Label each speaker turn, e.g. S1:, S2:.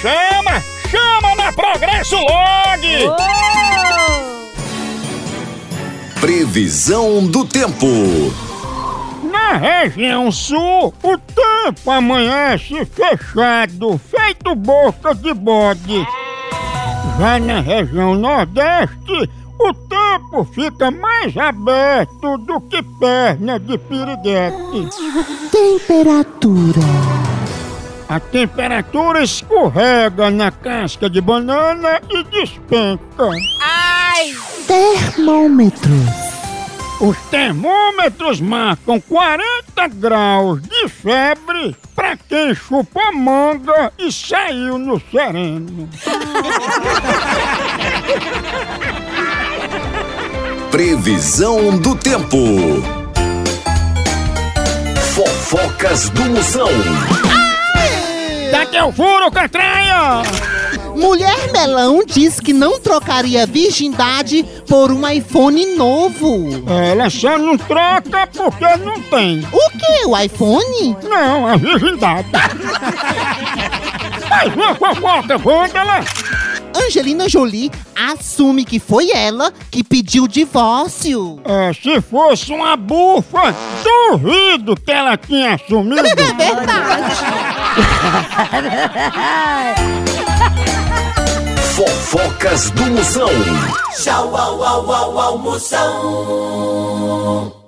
S1: Chama, chama na Progresso Log.
S2: Oh!
S3: Previsão do tempo.
S1: Na região sul, o tempo amanhece fechado, feito boca de bode. Já na região nordeste, o tempo fica mais aberto do que perna de piriguete.
S4: Temperatura.
S1: A temperatura escorrega na casca de banana e despenca.
S4: Termômetros.
S1: Os termômetros marcam 40 graus de febre pra quem chupou manga e saiu no sereno.
S3: Previsão do tempo. Fofocas do Moção.
S1: Dá teu furo, catraia!
S4: Mulher Melão diz que não trocaria virgindade por um iPhone novo.
S1: Ela só É, não troca porque não tem.
S4: O que? O iPhone?
S1: Não, a virgindade. Mas uma fofoca, Vândala!
S4: Angelina Jolie assume que foi ela que pediu o divórcio.
S1: É, se fosse uma bufa, duvido que ela tinha assumido.
S4: É verdade.
S3: Fofocas do Moção.
S5: Tchau, au, au, au, almoção.